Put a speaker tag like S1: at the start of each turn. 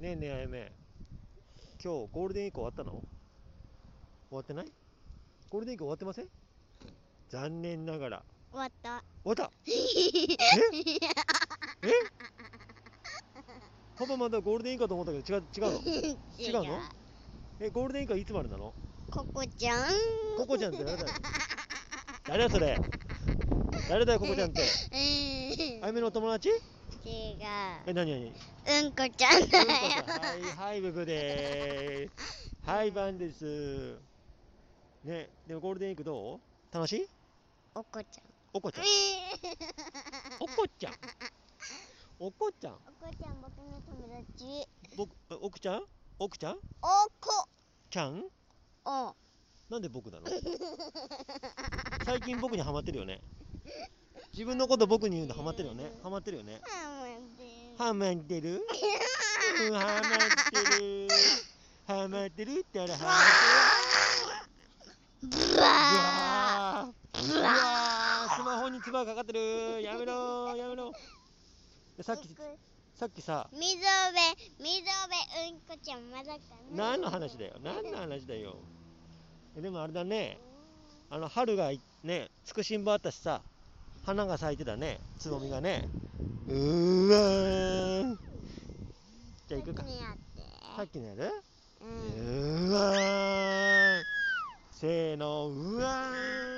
S1: ねえねえあやめ今日ゴールデンウィーク終わったの終わってないゴールデンウィーク終わってません残念ながら
S2: 終わった。
S1: 終わったえパパまだゴールデンウィークかと思ったけど違う 違うの違うのえゴールデンウィークはいつまでなの
S2: ここちゃん。
S1: ココちゃんって誰だよ誰だそれ誰だよココちゃんって
S2: うん。違う
S1: あ。やめのお友達え何何
S2: うんこちゃんだよ。
S1: はいはいブブでーすはいバンですねでもゴールデンウィークどう楽しい
S2: おこちゃん。
S1: おこちゃんお
S2: お
S1: こちゃんおこちゃん
S2: こちゃん、僕の友達。
S1: 僕おくちゃんおくちゃん
S2: おこ。
S1: ちゃん
S2: お。
S1: なんで僕なの最近僕にハマってるよね自分のこと僕に言うのハマってるよねハマってるよねハマってるうんハマってるハマってるってあれハマってる
S2: ブ
S1: うわーうわ
S2: ワ
S1: ースマホに唾がかかってるやめろーやめろでさっきさっきさ
S2: みぞべ、みぞべ、うんこちゃん、まだかな。
S1: 何の話だよ何の話だよえでもあれだねあの春がいねつくしんぼあったしさ花が咲いてたねつぼみがねうーわーじゃあ行くか
S2: さっきのやって
S1: さっきのやる
S2: う。
S1: うんーわーせーのうわー